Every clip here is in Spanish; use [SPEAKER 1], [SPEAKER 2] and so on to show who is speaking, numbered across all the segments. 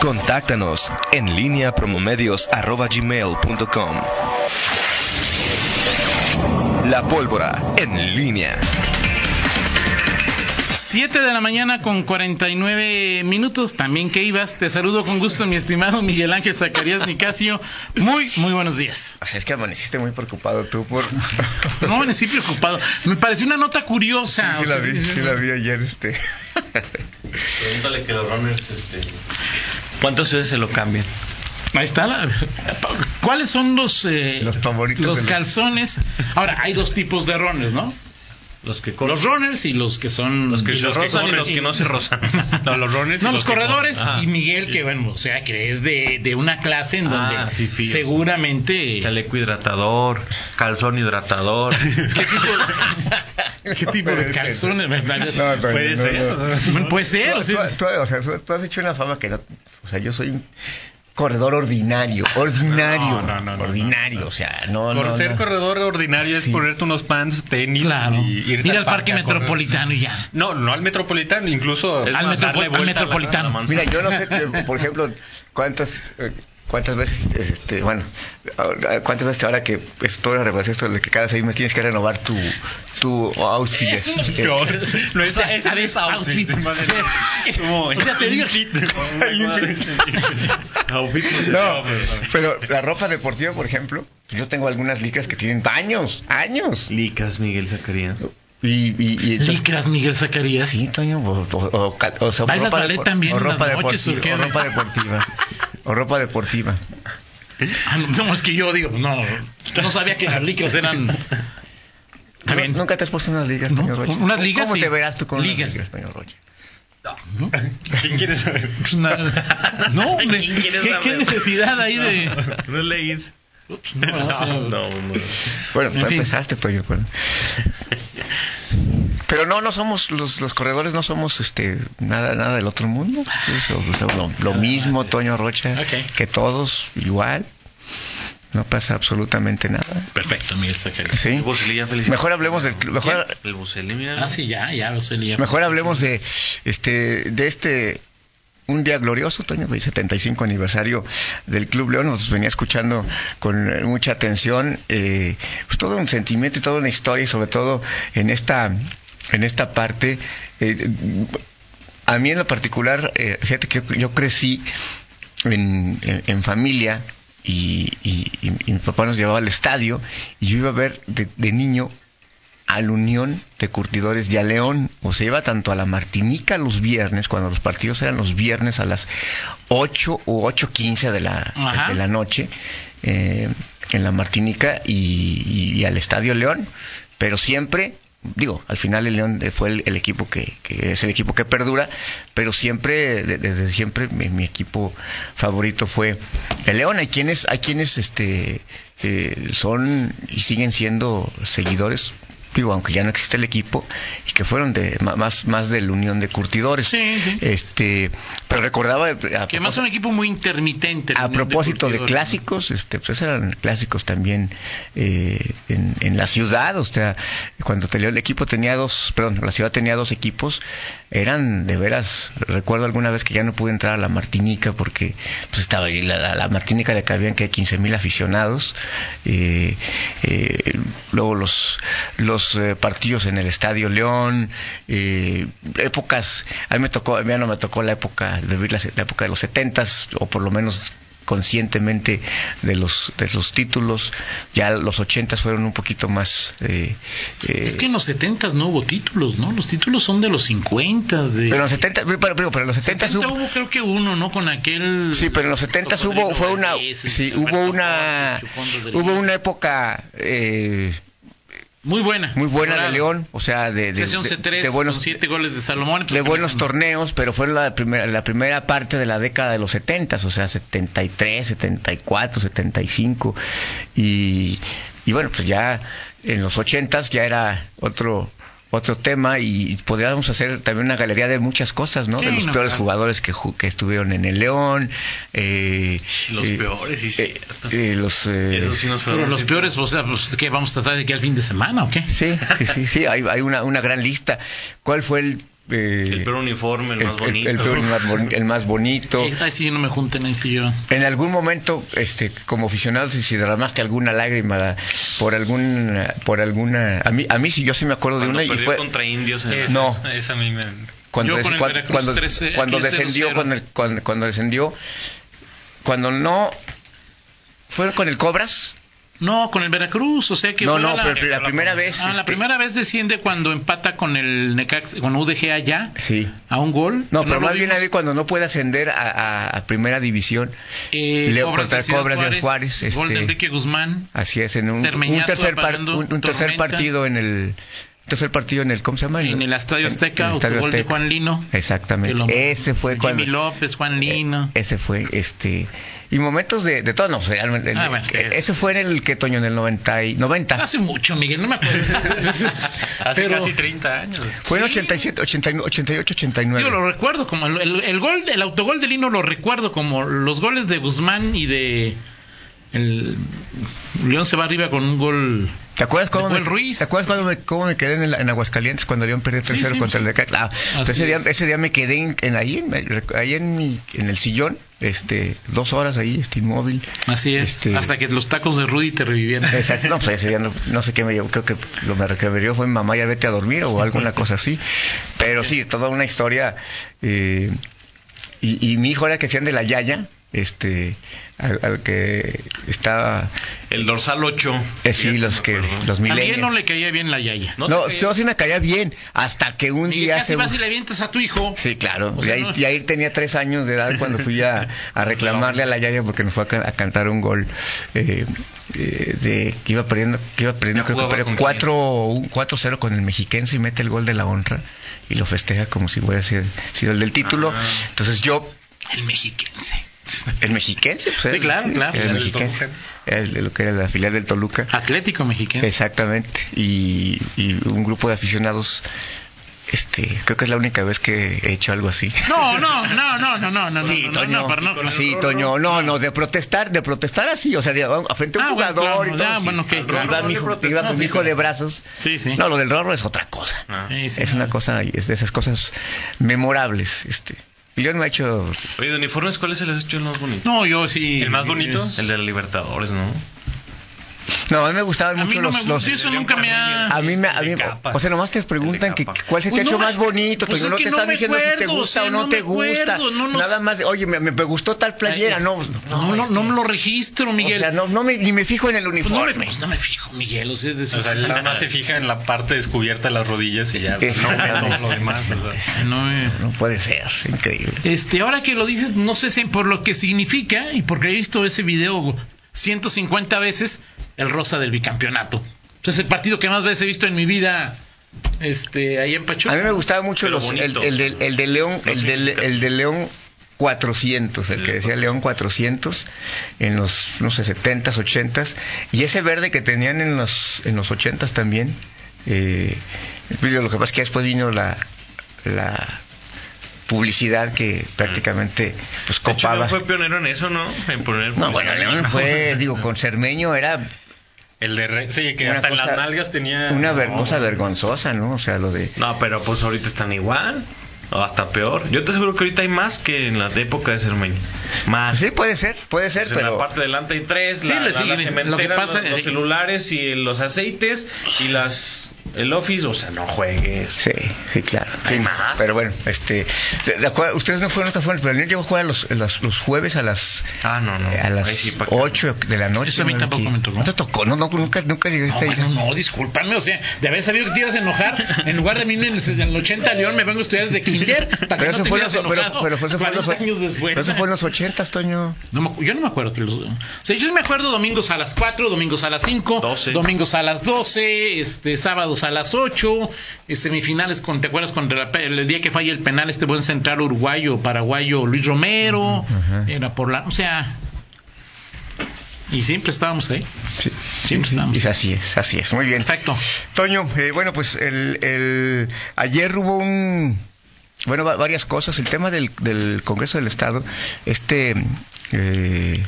[SPEAKER 1] Contáctanos en línea promomedios.com. La pólvora en línea.
[SPEAKER 2] 7 de la mañana con 49 minutos, también que ibas. Te saludo con gusto, mi estimado Miguel Ángel Zacarías Nicasio. Muy, muy buenos días.
[SPEAKER 3] O sea, es que amaneciste muy preocupado tú por...
[SPEAKER 2] No amanecí preocupado. Me pareció una nota curiosa.
[SPEAKER 3] Sí,
[SPEAKER 2] o
[SPEAKER 3] la
[SPEAKER 2] sea,
[SPEAKER 3] vi, sí la vi ayer, este...
[SPEAKER 4] Pregúntale que los runners, este,
[SPEAKER 5] ¿Cuántas veces se lo cambian?
[SPEAKER 2] Ahí está. la- ¿Cuáles son los, eh,
[SPEAKER 3] Los favoritos
[SPEAKER 2] los
[SPEAKER 3] de los-
[SPEAKER 2] calzones? Ahora, hay dos tipos de runners, ¿no?
[SPEAKER 5] Los que
[SPEAKER 2] Los runners y los que son...
[SPEAKER 5] que
[SPEAKER 2] y
[SPEAKER 5] los
[SPEAKER 2] los corren.
[SPEAKER 5] que corren y los que no se rozan.
[SPEAKER 4] no, los runners. y
[SPEAKER 2] No, los
[SPEAKER 4] que
[SPEAKER 2] corredores
[SPEAKER 5] corren. Ajá.
[SPEAKER 2] y Miguel, que bueno, o sea, que es de, de una clase en donde
[SPEAKER 5] Ah, fifí.
[SPEAKER 2] seguramente...
[SPEAKER 5] Chaleco hidratador, calzón hidratador.
[SPEAKER 2] ¿Qué tipo de calzones? ¿verdad?
[SPEAKER 3] No, Toño, no, no.
[SPEAKER 2] Bueno, puede ser. o
[SPEAKER 3] Tú,
[SPEAKER 2] sea,
[SPEAKER 3] tú- o sea, tú- tú has hecho una fama que no... O sea, yo soy un corredor ordinario, ordinario,
[SPEAKER 4] No, no, no, no,
[SPEAKER 3] ordinario, o sea, no,
[SPEAKER 4] Por
[SPEAKER 3] no,
[SPEAKER 4] ser
[SPEAKER 3] no.
[SPEAKER 4] corredor ordinario
[SPEAKER 3] Sí.
[SPEAKER 4] es ponerte unos pants, tenis
[SPEAKER 2] Claro.
[SPEAKER 4] y irte
[SPEAKER 2] Ir al parque
[SPEAKER 4] a correr.
[SPEAKER 2] metropolitano y ya.
[SPEAKER 4] No, no al metropolitano, incluso
[SPEAKER 2] Al
[SPEAKER 4] más,
[SPEAKER 2] metropo-
[SPEAKER 4] darle
[SPEAKER 2] al
[SPEAKER 4] vuelta a la-
[SPEAKER 2] metropolitano.
[SPEAKER 4] a la manzana.
[SPEAKER 3] Mira, yo no sé, que, por ejemplo, cuántas eh, cuántas veces, este, bueno, ahora- cuántas veces ahora que es toda la revelación esto de que cada seis meses tienes que renovar tu, tu outfit.
[SPEAKER 2] Es un-
[SPEAKER 3] este,
[SPEAKER 4] Yo- no
[SPEAKER 2] O sea,
[SPEAKER 4] es,
[SPEAKER 2] a ver,
[SPEAKER 4] es outfit.
[SPEAKER 2] outfit.
[SPEAKER 4] más
[SPEAKER 2] O sea,
[SPEAKER 4] como-
[SPEAKER 2] o sea, te digo-
[SPEAKER 4] Outfit. Outfit.
[SPEAKER 3] No, pero la ropa deportiva, por ejemplo, yo tengo algunas licras que tienen años, años.
[SPEAKER 5] Licas, Miguel Zacarías.
[SPEAKER 3] Y, y, y entonces-
[SPEAKER 2] Licras, Miguel Zacarías.
[SPEAKER 3] Sí, Toño, o, o, o ca- o sea,
[SPEAKER 2] ¿Bailas
[SPEAKER 3] ropa
[SPEAKER 2] ballet
[SPEAKER 3] depor-
[SPEAKER 2] también
[SPEAKER 3] o
[SPEAKER 2] en las
[SPEAKER 3] ropa
[SPEAKER 2] noches, o qué?
[SPEAKER 3] deportiva, o ropa deportiva, o ropa deportiva.
[SPEAKER 2] Ah, No, es que yo digo, no, no sabía que las licras eran... Está bien.
[SPEAKER 3] ¿Nunca te has puesto unas ligas,
[SPEAKER 2] No,
[SPEAKER 3] Toño Rocha?
[SPEAKER 2] unas
[SPEAKER 3] ¿Cómo-
[SPEAKER 2] ligas,
[SPEAKER 3] ¿Cómo
[SPEAKER 2] sí.
[SPEAKER 3] te verás tú con
[SPEAKER 2] Ligas.
[SPEAKER 3] unas ligas, Toño Rocha?
[SPEAKER 4] ¿Quién quiere saber?
[SPEAKER 2] Pues nada. No, hombre.
[SPEAKER 5] ¿Quién quiere
[SPEAKER 2] ¿Qué,
[SPEAKER 5] saber?
[SPEAKER 2] qué necesidad ahí de...?
[SPEAKER 5] No leís.
[SPEAKER 2] Ups, no, ¿verdad? O sea,
[SPEAKER 5] no.
[SPEAKER 3] Bueno,
[SPEAKER 2] En
[SPEAKER 3] tú
[SPEAKER 2] fin.
[SPEAKER 3] empezaste, Toño. Pero... pero no, no somos, los, los corredores no somos este nada nada del otro mundo. Pues, o- o sea, lo, lo mismo, Toño Rocha,
[SPEAKER 2] Ok.
[SPEAKER 3] que todos, igual. No pasa absolutamente nada.
[SPEAKER 2] Perfecto, Miguel Zacarías.
[SPEAKER 3] ¿sí?
[SPEAKER 5] El Bucelí ya feliz.
[SPEAKER 3] Mejor hablemos del club. Mejor,
[SPEAKER 5] El Bucelí, mira.
[SPEAKER 2] Ah, sí, ya, ya, lo sé, ya.
[SPEAKER 3] mejor hablemos de este de este un día glorioso, Toño, el 75 aniversario del Club León. Nos venía escuchando con eh, mucha atención eh, pues todo un sentimiento y toda una historia, y sobre todo en esta, en esta parte. eh, a mí en lo particular, eh, fíjate que yo- yo crecí en, en- en familia y, y- y- y mi papá nos llevaba al estadio y yo iba a ver de, de niño a la Unión de Curtidores y a León, o se iba tanto a la Martinica los viernes, cuando los partidos eran los viernes a las 8 o 8.15 de la,
[SPEAKER 2] Ajá.
[SPEAKER 3] de la noche, eh, en la Martinica y, y- y al Estadio León, pero siempre, digo, al final el León eh, fue el, el equipo que, que es el equipo que perdura, pero siempre, de- desde siempre, mi, mi equipo favorito fue el León. Hay quienes, hay quienes este, eh, son y siguen siendo seguidores. Digo, aunque ya no existe el equipo, y que fueron de ma- más, más de la unión de curtidores.
[SPEAKER 2] Sí, sí.
[SPEAKER 3] Este, pero recordaba a
[SPEAKER 2] Que más un equipo muy intermitente. la
[SPEAKER 3] a
[SPEAKER 2] Unión
[SPEAKER 3] propósito de
[SPEAKER 2] Curtidores, ¿no?
[SPEAKER 3] clásicos, este, pues eran clásicos también eh, en, en la ciudad, o sea, cuando tenía- el equipo tenía dos, perdón, la ciudad tenía dos equipos, eran de veras, recuerdo alguna vez que ya no pude entrar a la Martinica porque pues estaba ahí, la, la- la Martinica le cabían que 15 mil aficionados, eh, eh, luego los, los eh, partidos en el Estadio León, eh, épocas, a mí me tocó, a mí ya no me tocó la época, vivir la, la época de los 70s, o por lo menos conscientemente de los de los títulos ya los 80 fueron un poquito más eh, eh,
[SPEAKER 2] Es que en los 70 no hubo títulos, ¿no? Los títulos son de los 50. De...
[SPEAKER 3] pero en los 70 pero, pero- pero en los 70
[SPEAKER 2] 70 hubo, creo que uno, ¿no? Con aquel...
[SPEAKER 3] Sí, pero en los 70 hubo fue una
[SPEAKER 2] Valdés, el
[SPEAKER 3] sí,
[SPEAKER 2] Alberto
[SPEAKER 3] hubo una
[SPEAKER 2] Cortés, Chupondo del
[SPEAKER 3] hubo
[SPEAKER 2] León.
[SPEAKER 3] una época eh,
[SPEAKER 2] Muy buena.
[SPEAKER 3] muy buena de
[SPEAKER 2] Dorado.
[SPEAKER 3] León, o sea, de de,
[SPEAKER 2] Se hace
[SPEAKER 3] de-
[SPEAKER 2] 11-3
[SPEAKER 3] de buenos
[SPEAKER 2] con 7 goles de Salomón.
[SPEAKER 3] de buenos
[SPEAKER 2] torneos.
[SPEAKER 3] torneos, pero fue la primera la primera parte de la década de los 70, o sea, 73, 74, 75 y y bueno, pues ya en los 80 ya era otro otro tema y podríamos hacer también una galería de muchas cosas, ¿no?
[SPEAKER 2] Sí,
[SPEAKER 3] de los
[SPEAKER 2] no,
[SPEAKER 3] peores
[SPEAKER 2] claro.
[SPEAKER 3] jugadores que, ju- que estuvieron en el León. eh,
[SPEAKER 5] Los
[SPEAKER 3] eh,
[SPEAKER 5] peores, sí,
[SPEAKER 3] eh,
[SPEAKER 5] cierto.
[SPEAKER 3] eh, los, eh,
[SPEAKER 5] Eso sí nos
[SPEAKER 2] Pero
[SPEAKER 5] fueron
[SPEAKER 2] los
[SPEAKER 5] así.
[SPEAKER 2] peores, o sea, pues, ¿qué? ¿Vamos a tratar de que al fin de semana o qué?
[SPEAKER 3] Sí, sí, sí, sí, hay, hay una, una gran lista. ¿Cuál fue el eh,
[SPEAKER 5] El peor uniforme, el, más
[SPEAKER 3] el- el-
[SPEAKER 5] bonito.
[SPEAKER 3] el peor, el más boni- el más bonito.
[SPEAKER 2] Ahí ahí sí no me junten, ahí sí yo.
[SPEAKER 3] En algún momento, este, como aficionado, si, si derramaste alguna lágrima por algún, por alguna, a mí, a mí sí, yo sí me acuerdo
[SPEAKER 5] Cuando
[SPEAKER 3] de una y
[SPEAKER 5] perdió
[SPEAKER 3] fue
[SPEAKER 5] contra indios en
[SPEAKER 4] Esa-
[SPEAKER 5] la-
[SPEAKER 3] No.
[SPEAKER 4] Esa a mí me.
[SPEAKER 3] cuando,
[SPEAKER 2] Yo con
[SPEAKER 3] des-
[SPEAKER 2] el
[SPEAKER 3] cuan-
[SPEAKER 2] Veracruz
[SPEAKER 3] cuando,
[SPEAKER 2] 13,
[SPEAKER 3] cuando
[SPEAKER 2] 15-0.
[SPEAKER 3] descendió, cuando, el- cuando, cuando descendió, cuando no, fue con el Cobras,
[SPEAKER 2] No, con el Veracruz, o sea que.
[SPEAKER 3] no,
[SPEAKER 2] fue
[SPEAKER 3] no,
[SPEAKER 2] la-
[SPEAKER 3] pero la primera vez,
[SPEAKER 2] Ah,
[SPEAKER 3] este,
[SPEAKER 2] la primera vez desciende cuando empata con el Necax, con UDG allá,
[SPEAKER 3] sí.
[SPEAKER 2] a un gol.
[SPEAKER 3] No,
[SPEAKER 2] Que
[SPEAKER 3] pero
[SPEAKER 2] lo
[SPEAKER 3] más bien
[SPEAKER 2] vimos.
[SPEAKER 3] ahí cuando no puede ascender a, a- a primera división,
[SPEAKER 2] Eh,
[SPEAKER 3] Leo
[SPEAKER 2] Cobras
[SPEAKER 3] contra
[SPEAKER 2] de Ciudad
[SPEAKER 3] Cobras de Juárez, este- ah,
[SPEAKER 2] Gol de Enrique Guzmán.
[SPEAKER 3] así es, en un,
[SPEAKER 2] Cermeñazo
[SPEAKER 3] un tercer, par-
[SPEAKER 2] apagando
[SPEAKER 3] un, un tercer
[SPEAKER 2] tormenta.
[SPEAKER 3] partido en el, tercer partido en el, ¿cómo se llama?
[SPEAKER 2] En el Estadio Azteca,
[SPEAKER 3] el Estadio
[SPEAKER 2] autogol de
[SPEAKER 3] Azteca.
[SPEAKER 2] Juan Lino.
[SPEAKER 3] Exactamente.
[SPEAKER 2] Que lo-
[SPEAKER 3] Ese fue Eh, cuando.
[SPEAKER 2] Jimmy López, Juan Lino.
[SPEAKER 3] Ese fue, este. Y momentos de, de tono, realmente.
[SPEAKER 2] Ah, bueno, sí, Ah,
[SPEAKER 3] Eh, ese fue en el que Toño, en el 90. Y, 90.
[SPEAKER 2] Hace mucho, Miguel, no me acuerdo.
[SPEAKER 4] Hace
[SPEAKER 2] Pero-
[SPEAKER 4] casi 30 años.
[SPEAKER 3] Fue en
[SPEAKER 2] sí.
[SPEAKER 3] 87, 89, 88, 89.
[SPEAKER 2] Yo lo recuerdo como el, el- el gol, el autogol de Lino lo recuerdo como los goles de Guzmán y de el León se va arriba con un gol.
[SPEAKER 3] ¿Te acuerdas cómo,
[SPEAKER 2] de
[SPEAKER 3] me,
[SPEAKER 2] Joel Ruiz.
[SPEAKER 3] ¿te acuerdas cuando me, cómo me quedé en, el- en Aguascalientes cuando León perdió 3-0
[SPEAKER 2] Sí, sí,
[SPEAKER 3] contra el
[SPEAKER 2] sí.
[SPEAKER 3] Necaxa? Ah, pues
[SPEAKER 2] Así
[SPEAKER 3] ese, día,
[SPEAKER 2] es.
[SPEAKER 3] ese día me quedé en, en ahí, en, mi- ahí en, mi- en el sillón, este, dos horas ahí, este, inmóvil.
[SPEAKER 2] Así es.
[SPEAKER 3] Este-
[SPEAKER 2] Hasta que los tacos de Rudy te revivieron.
[SPEAKER 3] Exacto, no, pues ese día no, no sé qué me llevó, creo que lo me- que me dio fue mamá ya vete a dormir o alguna cosa así. Pero sí, toda una historia. eh, y, y mi hijo era que sean de la Yaya, este, al, al que estaba,
[SPEAKER 5] El dorsal 8.
[SPEAKER 3] eh, sí,
[SPEAKER 5] Fíjate,
[SPEAKER 3] los
[SPEAKER 5] me
[SPEAKER 3] que,
[SPEAKER 5] acuerdo.
[SPEAKER 3] los
[SPEAKER 2] A Miguel no
[SPEAKER 3] milenios.
[SPEAKER 2] le caía bien la yaya.
[SPEAKER 5] No
[SPEAKER 3] No,
[SPEAKER 5] te creas.
[SPEAKER 3] yo sí me caía bien, hasta que un
[SPEAKER 2] Miguel,
[SPEAKER 3] día
[SPEAKER 2] casi
[SPEAKER 3] se...
[SPEAKER 2] vas y le avientas a tu hijo.
[SPEAKER 3] Sí, claro.
[SPEAKER 2] O sea,
[SPEAKER 3] y, ahí,
[SPEAKER 2] no-
[SPEAKER 3] y ahí tenía tres años de edad cuando fui a, a reclamarle a la Yaya porque nos fue a, ca- a cantar un gol eh, eh, de que iba perdiendo, que iba perdiendo,
[SPEAKER 5] Ya
[SPEAKER 3] creo que
[SPEAKER 5] jugaba
[SPEAKER 3] perdió
[SPEAKER 5] con
[SPEAKER 3] 4 un 4-0 con el mexiquense y mete el gol de la honra y lo festeja como si hubiera sido, sido el del título.
[SPEAKER 5] Ah.
[SPEAKER 3] Entonces yo,
[SPEAKER 2] El mexiquense.
[SPEAKER 3] el mexiquense, pues, era-
[SPEAKER 2] claro, claro,
[SPEAKER 3] era el
[SPEAKER 2] era
[SPEAKER 4] del
[SPEAKER 3] mexiquense,
[SPEAKER 4] Toluca.
[SPEAKER 3] era el de lo que era la filial del Toluca.
[SPEAKER 2] Atlético mexiquense.
[SPEAKER 3] Exactamente. Y, y un grupo de aficionados, este, creo que es la única vez que he hecho algo así.
[SPEAKER 2] No, no, no, no, no, no, no,
[SPEAKER 3] Sí,
[SPEAKER 2] no, no,
[SPEAKER 3] Toño.
[SPEAKER 2] no, pero no, no.
[SPEAKER 3] sí, Toño. No, no, de protestar, de protestar así, o sea, de, a- frente a un
[SPEAKER 2] Ah, bueno,
[SPEAKER 3] jugador
[SPEAKER 2] claro,
[SPEAKER 3] y todo.
[SPEAKER 2] ya,
[SPEAKER 3] sí.
[SPEAKER 2] bueno, ok,
[SPEAKER 3] Iba
[SPEAKER 2] claro.
[SPEAKER 3] mi hijo- iba con mi hijo de brazos.
[SPEAKER 2] Sí, sí.
[SPEAKER 3] No, lo del rorro es otra cosa.
[SPEAKER 5] Ah.
[SPEAKER 2] Sí, sí,
[SPEAKER 3] es
[SPEAKER 2] no.
[SPEAKER 3] una cosa, es de esas cosas memorables, este. Y yo no he hecho
[SPEAKER 5] Oye, de uniformes, ¿cuál es el hecho el más bonito?
[SPEAKER 2] No, yo sí.
[SPEAKER 4] ¿El más bonito?
[SPEAKER 5] El de la Libertadores, ¿no?
[SPEAKER 3] No, a mí me gustaban
[SPEAKER 2] A mí
[SPEAKER 3] mucho
[SPEAKER 2] no
[SPEAKER 3] los,
[SPEAKER 2] me
[SPEAKER 3] los-
[SPEAKER 2] gusta, eso nunca me ha...
[SPEAKER 3] a mí me, a
[SPEAKER 4] El de
[SPEAKER 3] mí,
[SPEAKER 4] capa.
[SPEAKER 3] o sea, nomás te preguntan
[SPEAKER 5] El
[SPEAKER 3] que
[SPEAKER 5] de capa.
[SPEAKER 3] cuál se te
[SPEAKER 2] Pues
[SPEAKER 3] ha hecho
[SPEAKER 2] no me-
[SPEAKER 3] más bonito,
[SPEAKER 2] pues
[SPEAKER 3] Toño,
[SPEAKER 2] es
[SPEAKER 3] no
[SPEAKER 2] que
[SPEAKER 3] te
[SPEAKER 2] no
[SPEAKER 3] están
[SPEAKER 2] me
[SPEAKER 3] diciendo si te
[SPEAKER 2] acuerdo,
[SPEAKER 3] gusta
[SPEAKER 2] sí,
[SPEAKER 3] o no,
[SPEAKER 2] no
[SPEAKER 3] te
[SPEAKER 2] me
[SPEAKER 3] gusta.
[SPEAKER 2] acuerdo, no nos-
[SPEAKER 3] Nada más, de, oye, me, me gustó tal playera, no,
[SPEAKER 2] No, no,
[SPEAKER 3] este,
[SPEAKER 2] no me lo registro, Miguel.
[SPEAKER 3] O sea, no, no me, ni me fijo en el
[SPEAKER 2] Pues no,
[SPEAKER 3] uniforme.
[SPEAKER 2] me, pues no me fijo, Miguel. O sea, es decir,
[SPEAKER 4] O sea, él nada más se fija en la parte descubierta de las rodillas y ya. o sea,
[SPEAKER 3] Es-
[SPEAKER 4] no ve todo lo demás. o sea.
[SPEAKER 2] no me-
[SPEAKER 3] No puede ser, increíble.
[SPEAKER 2] Este, ahora que lo dices, no sé si por lo que significa y porque he visto ese video 150 veces, el rosa del bicampeonato. Pues es el partido que más veces he visto en mi vida, este, ahí en
[SPEAKER 3] A
[SPEAKER 2] Pachuca.
[SPEAKER 3] mí me gustaba mucho
[SPEAKER 5] Pero
[SPEAKER 3] los- el,
[SPEAKER 5] bonito.
[SPEAKER 3] el del- el de León, el del- el de León 400, el que decía León 400 en los no sé 70s, 80s y ese verde que tenían en los en los 80s también. eh, digo, lo que pasa es que después vino la la publicidad que prácticamente pues
[SPEAKER 5] Mm. De hecho,
[SPEAKER 3] copaba.
[SPEAKER 5] León fue pionero en eso, ¿no? En poner.
[SPEAKER 3] No, bueno, León fue, digo, con Cermeño era
[SPEAKER 4] El de re- sí, que
[SPEAKER 3] Una
[SPEAKER 4] hasta en
[SPEAKER 3] cosa-
[SPEAKER 4] las nalgas tenía.
[SPEAKER 3] una ver-
[SPEAKER 4] No,
[SPEAKER 3] cosa vergonzosa, ¿no? O sea, lo de
[SPEAKER 5] No, pero pues ahorita están igual. O hasta peor. Yo te aseguro que ahorita hay más que en la de época de Cermeño. Más.
[SPEAKER 3] Sí, puede ser, puede ser,
[SPEAKER 5] Ah, Pues en la
[SPEAKER 3] pero
[SPEAKER 5] parte delante hay tres,
[SPEAKER 2] Sí,
[SPEAKER 5] la,
[SPEAKER 2] le
[SPEAKER 5] la- la
[SPEAKER 2] siguen. Lo que
[SPEAKER 5] cementera,
[SPEAKER 2] pasa-
[SPEAKER 5] los, los celulares y los aceites y las el office, o sea, no juegues.
[SPEAKER 3] Sí, sí, claro.
[SPEAKER 5] Hay
[SPEAKER 3] Sí,
[SPEAKER 5] más.
[SPEAKER 3] Pero bueno, este, de- de acuerdo, ustedes no fueron, no fueron, pero el niño llegó a jugar los, los, los jueves a las
[SPEAKER 5] Ah, no, no.
[SPEAKER 3] eh, a las
[SPEAKER 5] Ahí sí, pa' acá.
[SPEAKER 3] 8 de la noche.
[SPEAKER 2] Eso a mí
[SPEAKER 3] ¿no?
[SPEAKER 2] tampoco
[SPEAKER 3] Aquí.
[SPEAKER 2] me tocó.
[SPEAKER 3] No te tocó, no, no, nunca, nunca llegué este
[SPEAKER 2] No,
[SPEAKER 3] hasta ahí.
[SPEAKER 2] bueno, no, discúlpame, o sea, de haber sabido que te ibas a enojar, en lugar de mí en el, en el 80 León me vengo a estudiar desde kinder para que
[SPEAKER 3] Pero
[SPEAKER 2] no
[SPEAKER 3] eso
[SPEAKER 2] te
[SPEAKER 3] fue
[SPEAKER 2] hubieras
[SPEAKER 3] en los- pero-
[SPEAKER 2] enojado
[SPEAKER 3] pero eso fue en los-
[SPEAKER 2] 40 años después.
[SPEAKER 3] pero eso fue en los 80, Toño.
[SPEAKER 2] No me acu- yo no me acuerdo que los. O sea, yo sí me acuerdo domingos a las 4, domingos a las 5,
[SPEAKER 5] 12.
[SPEAKER 2] domingos a las 12, este, sábados a las 8, eh, semifinales, con, ¿te acuerdas? Contra la pe- el día que falla el penal, este buen central uruguayo, paraguayo, Luis Romero.
[SPEAKER 3] ajá.
[SPEAKER 2] Era por la. O sea. Y siempre estábamos ahí.
[SPEAKER 3] Sí,
[SPEAKER 2] Siempre estábamos.
[SPEAKER 3] Y así es, así es. Muy bien.
[SPEAKER 2] Perfecto.
[SPEAKER 3] Toño, eh, bueno, pues el, el- ayer hubo un... Bueno, va- varias cosas. El tema del, del Congreso del Estado, este... eh,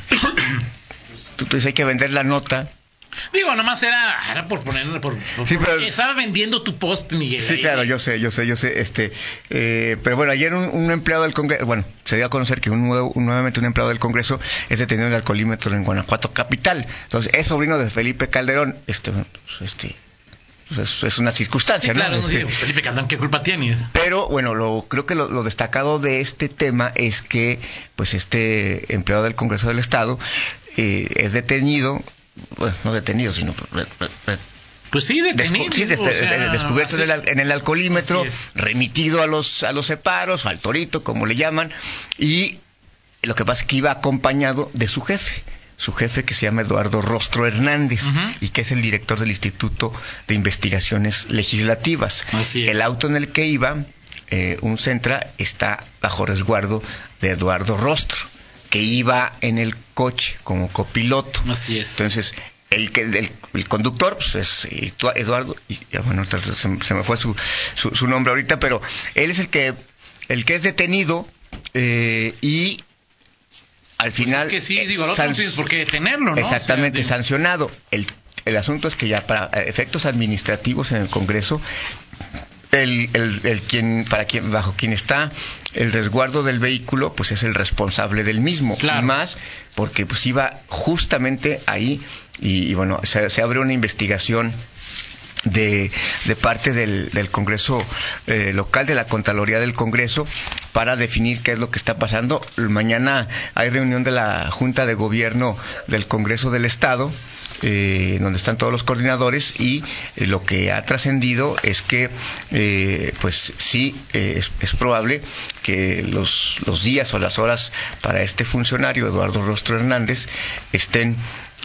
[SPEAKER 3] tú, tú dices, hay que vender la nota
[SPEAKER 2] Digo, nomás era, era por poner. Por, por-
[SPEAKER 3] Sí, pero-
[SPEAKER 2] Estaba vendiendo tu post, Miguel.
[SPEAKER 3] Sí,
[SPEAKER 2] ahí.
[SPEAKER 3] claro, yo sé, yo sé, yo sé. Este, eh, pero bueno, ayer un, un empleado del Congreso, bueno, se dio a conocer que un nuevo- un- nuevamente un empleado del Congreso es detenido en el alcoholímetro en Guanajuato capital. Entonces, es sobrino de Felipe Calderón. Este, pues, este, pues, es, es una
[SPEAKER 2] Sí,
[SPEAKER 3] circunstancia, ¿no?
[SPEAKER 2] claro, no
[SPEAKER 3] Este,
[SPEAKER 2] digo, Felipe Caldán, ¿qué culpa tienes?
[SPEAKER 3] pero bueno, lo, creo que lo, lo destacado de este tema es que, pues, este empleado del Congreso del Estado eh, es detenido, bueno, no detenido, sino re- re- re-
[SPEAKER 2] Pues sí, detenido.
[SPEAKER 3] Descu- sí, des-
[SPEAKER 2] o sea,
[SPEAKER 3] eh, descubierto
[SPEAKER 2] así-
[SPEAKER 3] en el, al- en el alcoholímetro,
[SPEAKER 2] Así es.
[SPEAKER 3] remitido a los, a los separos, al torito, como le llaman, y lo que pasa es que iba acompañado de su jefe, su jefe que se llama Eduardo Rostro Hernández
[SPEAKER 2] Ujú.
[SPEAKER 3] y que es el director del Instituto de Investigaciones Legislativas.
[SPEAKER 2] Así es.
[SPEAKER 3] El auto en el que iba, eh, un Centra, está bajo resguardo de Eduardo Rostro, que iba en el coche como copiloto.
[SPEAKER 2] Así es.
[SPEAKER 3] Entonces, el, que- el, el conductor pues, es Itua- Eduardo, y ya, bueno, se, se me fue su, su- su nombre ahorita, pero él es el que, el que es detenido eh, y al final...
[SPEAKER 2] Pues Es que sí,
[SPEAKER 3] eh,
[SPEAKER 2] digo, al otro no
[SPEAKER 3] sanc-
[SPEAKER 2] tienes por qué detenerlo, ¿no?
[SPEAKER 3] Exactamente,
[SPEAKER 2] O sea, digo,
[SPEAKER 3] sancionado. El, el asunto es que ya para efectos administrativos en el Congreso, el, el- el quien, para quien, bajo quien está el resguardo del vehículo, pues es el responsable del mismo.
[SPEAKER 2] Claro.
[SPEAKER 3] Y más porque pues iba justamente ahí y, y, bueno, se, se abre una investigación de, de parte del, del Congreso eh, local, de la Contraloría del Congreso, para definir qué es lo que está pasando. Mañana hay reunión de la Junta de Gobierno del Congreso del Estado, eh, donde están todos los coordinadores, y eh, lo que ha trascendido es que, eh, pues sí, eh, es, es probable que los, los días o las horas para este funcionario, Eduardo Rostro Hernández, estén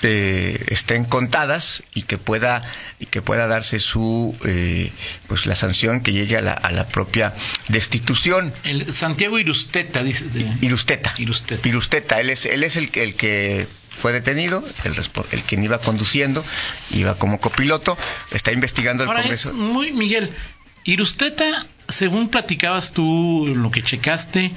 [SPEAKER 3] eh, estén contadas y que pueda y que pueda darse su eh, pues la sanción que llegue a la, a la propia destitución
[SPEAKER 2] el Santiago Irusteta, dice. de-
[SPEAKER 3] Irusteta
[SPEAKER 2] Irusteta.
[SPEAKER 3] Irusteta, él es él es el, que- el que fue detenido el, respo- el quien iba conduciendo iba como copiloto está investigando el
[SPEAKER 2] Ahora
[SPEAKER 3] Congreso
[SPEAKER 2] es muy, Miguel, Irusteta, según platicabas tú, lo que checaste,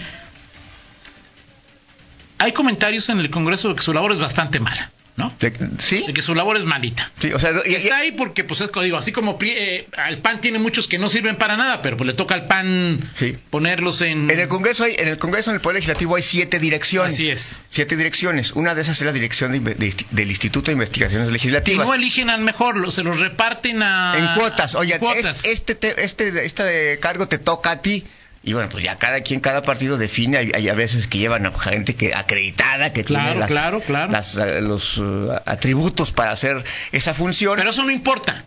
[SPEAKER 2] hay comentarios en el Congreso de que su labor es bastante mala, ¿no?
[SPEAKER 3] De- sí
[SPEAKER 2] De que su labor es malita.
[SPEAKER 3] sí o sea y- y-
[SPEAKER 2] Está ahí porque, pues, es como digo, así como pri- eh, al PAN tiene muchos que no sirven para nada, pero pues le toca al PAN
[SPEAKER 3] Sí.
[SPEAKER 2] ponerlos en...
[SPEAKER 3] en el Congreso hay, en el Congreso en el Poder Legislativo hay siete direcciones
[SPEAKER 2] Así es.
[SPEAKER 3] siete direcciones una de esas es la dirección de inve- de- del Instituto de Investigaciones
[SPEAKER 2] Y
[SPEAKER 3] Legislativas
[SPEAKER 2] no eligen al mejor, lo- se los reparten a...
[SPEAKER 3] En cuotas, oye,
[SPEAKER 2] en Ah, cuotas.
[SPEAKER 3] es- este, te- este, este cargo te toca a ti. Y bueno, pues ya cada quien, cada partido define. Hay, hay a veces que llevan a gente que acreditada, que
[SPEAKER 2] Claro,
[SPEAKER 3] tiene las-
[SPEAKER 2] claro, claro.
[SPEAKER 3] las, eh, los eh, atributos para hacer esa función.
[SPEAKER 2] Pero eso no importa.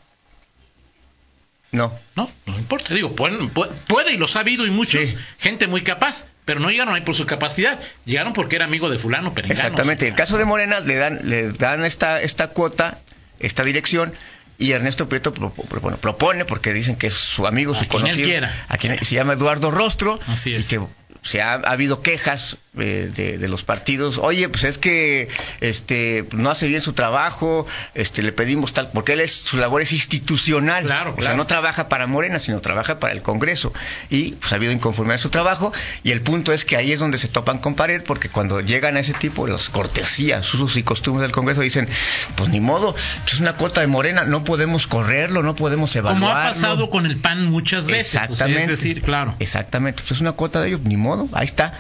[SPEAKER 3] no.
[SPEAKER 2] No, no importa. Digo, pueden- pu- puede, y los ha habido y muchos,
[SPEAKER 3] Sí.
[SPEAKER 2] gente muy capaz, pero no llegaron ahí por su capacidad. Llegaron porque era amigo de fulano, pero
[SPEAKER 3] Exactamente. El caso de Morena le dan, le dan esta, esta cuota, esta dirección, y Ernesto Prieto pro- pro- bueno, propone, porque dicen que es su amigo,
[SPEAKER 2] A
[SPEAKER 3] su
[SPEAKER 2] quien él
[SPEAKER 3] conocido,
[SPEAKER 2] quiera.
[SPEAKER 3] a quien se llama Eduardo Rostro,
[SPEAKER 2] Así es.
[SPEAKER 3] y que se ha, ha habido quejas eh, de, de los partidos. Oye, pues es que este no hace bien su trabajo, este le pedimos tal, porque él es su labor es institucional,
[SPEAKER 2] Claro,
[SPEAKER 3] o sea,
[SPEAKER 2] claro.
[SPEAKER 3] no trabaja para Morena, sino trabaja para el Congreso. Y pues ha habido inconformidad en su trabajo. Y el punto es que ahí es donde se topan con pared, porque cuando llegan a ese tipo, las cortesías, usos y costumbres del Congreso dicen: Pues ni modo, pues, es una cuota de Morena, no podemos correrlo, no podemos evaluarlo.
[SPEAKER 2] Como ha pasado con el PAN muchas veces. o sea,
[SPEAKER 3] Exactamente.
[SPEAKER 2] es decir, claro.
[SPEAKER 3] Exactamente. Pues es una cuota de ellos, ni modo, ahí está.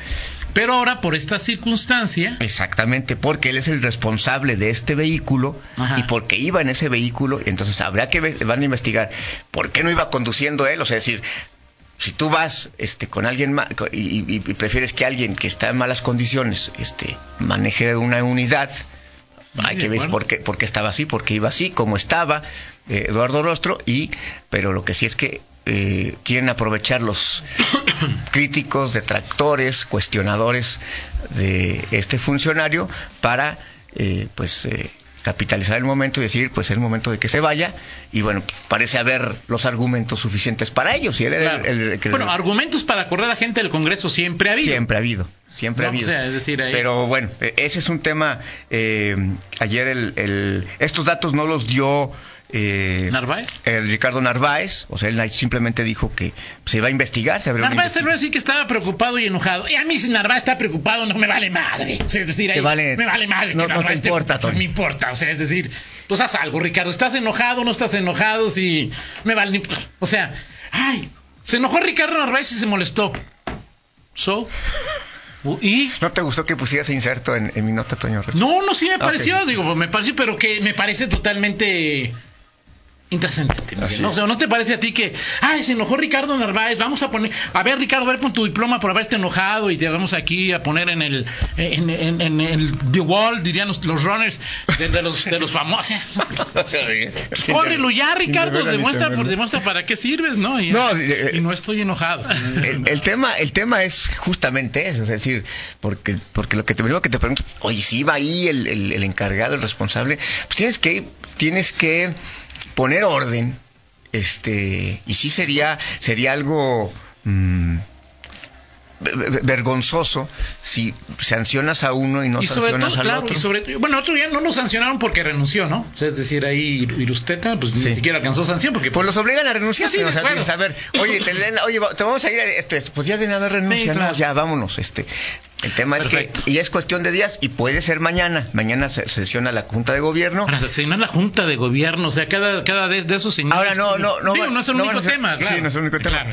[SPEAKER 2] Pero ahora, por esta circunstancia,
[SPEAKER 3] Exactamente, porque él es el responsable de este vehículo
[SPEAKER 2] Ajá.
[SPEAKER 3] y porque iba en ese vehículo, entonces habrá que ve- van a investigar por qué no iba conduciendo él, o sea, decir, si tú vas este con alguien ma- co- y, y- y prefieres que alguien que está en malas condiciones este maneje una unidad hay
[SPEAKER 2] de
[SPEAKER 3] que ver
[SPEAKER 2] acuerdo.
[SPEAKER 3] por qué, por qué estaba así, por qué iba así, cómo estaba eh, Eduardo Rostro y pero lo que sí es que eh, quieren aprovechar los críticos, detractores, cuestionadores de este funcionario para eh, pues eh, capitalizar el momento y decir pues es el momento de que se vaya y bueno pues, parece haber los argumentos suficientes para ellos y él era
[SPEAKER 2] claro.
[SPEAKER 3] el, el que
[SPEAKER 2] bueno, argumentos para correr a gente del Congreso siempre ha habido.
[SPEAKER 3] siempre ha habido siempre
[SPEAKER 2] No,
[SPEAKER 3] ha habido.
[SPEAKER 2] o sea, es decir, ahí-
[SPEAKER 3] Pero bueno, eh, ese es un tema. eh, ayer el, el- estos datos no los dio eh,
[SPEAKER 2] ¿Narváez?
[SPEAKER 3] el Ricardo Narváez, o sea, él simplemente dijo que se iba a investigar, se abrió una
[SPEAKER 2] Narváez
[SPEAKER 3] investigación.
[SPEAKER 2] salió así que estaba preocupado y enojado. Y a mí si Narváez está preocupado no me vale madre. O sea, es decir, ahí,
[SPEAKER 3] Te vale-
[SPEAKER 2] me vale madre. que
[SPEAKER 3] no- no te
[SPEAKER 2] Narváez esté
[SPEAKER 3] importa,
[SPEAKER 2] preocupado,
[SPEAKER 3] Toño.
[SPEAKER 2] No me importa. O sea, es decir, tú haz algo, Ricardo. ¿Estás enojado? ¿No estás enojado? Si me vale... ni- O sea, ay, se enojó Ricardo Narváez y se molestó. So, ¿y?
[SPEAKER 3] ¿No te gustó que pusieras inserto en, en mi nota, Toño?
[SPEAKER 2] No, no, sí me
[SPEAKER 3] Ah, Ok.
[SPEAKER 2] pareció, digo, pues, me pareció, pero que me parece totalmente intrascendente. Miguel,
[SPEAKER 3] Así
[SPEAKER 2] ¿no?
[SPEAKER 3] es.
[SPEAKER 2] O sea, ¿no te parece a ti que, ay, se enojó Ricardo Narváez, vamos a poner, a ver Ricardo, a ver con tu diploma por haberte enojado y te vamos aquí a poner en el, en, en- en el The Wall, dirían los, los runners de, de los, de los famosos. Córrelo ya, Ricardo, demuestra, por- demuestra para qué sirves, ¿no? Y
[SPEAKER 3] No,
[SPEAKER 2] y no,
[SPEAKER 3] eh, eh,
[SPEAKER 2] estoy enojado. o sea,
[SPEAKER 3] El, el tema el tema es justamente eso, es decir, porque porque lo que te primero que te pregunto, oye, si va ahí el, el- el encargado, el responsable, pues tienes que tienes que poner orden, este, y sí sería sería algo mm, ve- ve- vergonzoso si sancionas a uno y no
[SPEAKER 2] y sobre
[SPEAKER 3] sancionas
[SPEAKER 2] todo,
[SPEAKER 3] al
[SPEAKER 2] claro,
[SPEAKER 3] otro.
[SPEAKER 2] y sobre todo, bueno, otro día no lo sancionaron porque renunció, ¿no? O sea, es decir, ahí Irusteta pues ni
[SPEAKER 3] Sí.
[SPEAKER 2] siquiera alcanzó sanción porque
[SPEAKER 3] Pues los obligan a renunciar.
[SPEAKER 2] Sí, sí,
[SPEAKER 3] o sea,
[SPEAKER 2] de acuerdo.
[SPEAKER 3] dices, a ver, oye, te, leen, oye, va- te vamos a ir a esto, esto. Pues ya de nada renuncia,
[SPEAKER 2] Sí,
[SPEAKER 3] ¿no?
[SPEAKER 2] claro.
[SPEAKER 3] ya vámonos. Este, el tema
[SPEAKER 2] Perfecto.
[SPEAKER 3] es que y es cuestión de días y puede ser mañana. Mañana se sesiona la Junta de Gobierno.
[SPEAKER 2] Para asesinar la Junta de Gobierno, o sea, cada, cada de, de esos señores.
[SPEAKER 3] Ahora, no, no, no
[SPEAKER 2] Digo,
[SPEAKER 3] van-
[SPEAKER 2] no es el
[SPEAKER 3] no
[SPEAKER 2] único
[SPEAKER 3] van a ser-
[SPEAKER 2] tema,
[SPEAKER 3] sí,
[SPEAKER 2] claro.
[SPEAKER 3] no es el único tema.
[SPEAKER 2] Claro.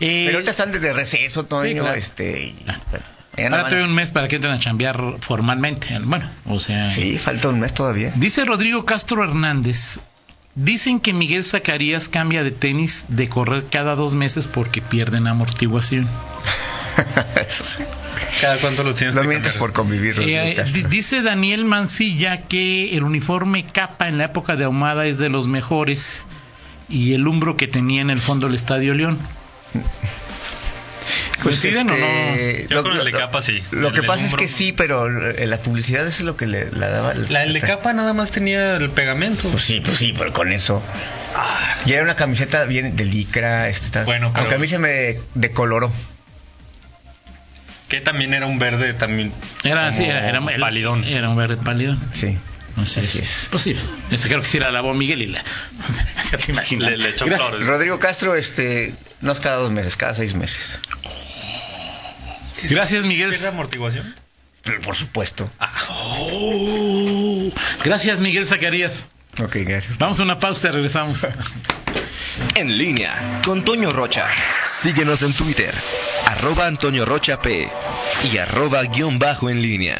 [SPEAKER 2] Eh,
[SPEAKER 3] Pero ahorita están de receso, Toño.
[SPEAKER 2] claro.
[SPEAKER 3] Este, y,
[SPEAKER 2] Claro.
[SPEAKER 3] bueno, mañana
[SPEAKER 2] ahora
[SPEAKER 3] van-
[SPEAKER 2] todavía un mes para que entren a chambear formalmente. Bueno, o sea.
[SPEAKER 3] Sí, falta un mes todavía.
[SPEAKER 2] Dice Rodrigo Castro Hernández. Dicen que Miguel Zacarías cambia de tenis de correr cada dos meses porque pierden amortiguación.
[SPEAKER 4] Cada cuánto lo tienes
[SPEAKER 3] Lo
[SPEAKER 4] que
[SPEAKER 3] mientes por
[SPEAKER 4] cambiar.
[SPEAKER 3] convivir. Rodrigo
[SPEAKER 2] Eh,
[SPEAKER 3] Castro.
[SPEAKER 2] di- dice Daniel Mancilla que el uniforme capa en la época de Ahumada es de los mejores y el umbro que tenía en el fondo del Estadio León. ¿Coinciden o
[SPEAKER 3] Pues este,
[SPEAKER 4] Yo con el de capa sí.
[SPEAKER 3] Lo
[SPEAKER 4] El
[SPEAKER 3] que
[SPEAKER 4] del
[SPEAKER 3] pasa es
[SPEAKER 4] hombro,
[SPEAKER 3] que
[SPEAKER 4] no.
[SPEAKER 3] sí, pero eh, la publicidad eso es lo que le, la daba.
[SPEAKER 4] La, el de capa nada más tenía el pegamento.
[SPEAKER 3] Pues sí, pues sí, pero con eso. Y era una camiseta bien de licra. Esta,
[SPEAKER 4] Bueno, pero-
[SPEAKER 3] Aunque a mí se me decoloró.
[SPEAKER 4] Que también era un verde también.
[SPEAKER 2] no? Era
[SPEAKER 4] como
[SPEAKER 3] Oh,
[SPEAKER 2] así, era, era el-
[SPEAKER 4] Palidón.
[SPEAKER 2] Era un verde palidón.
[SPEAKER 3] Sí.
[SPEAKER 2] Así
[SPEAKER 3] Así
[SPEAKER 2] es.
[SPEAKER 3] es.
[SPEAKER 2] Pues sí, ese creo que sí la lavó Miguel y la. ya te imaginas.
[SPEAKER 4] Le, le echó
[SPEAKER 2] Gracias.
[SPEAKER 4] flores.
[SPEAKER 3] Rodrigo Castro, este, no es cada dos meses, cada seis meses.
[SPEAKER 2] Gracias, Miguel.
[SPEAKER 4] ¿Pierde amortiguación?
[SPEAKER 3] Pero por supuesto.
[SPEAKER 2] Oh, gracias, Miguel Zacarías.
[SPEAKER 3] Ok, gracias.
[SPEAKER 2] Vamos a una pausa y regresamos.
[SPEAKER 1] En línea con Toño Rocha. Síguenos en Twitter, arroba Antonio Rocha P y arroba guión bajo en línea.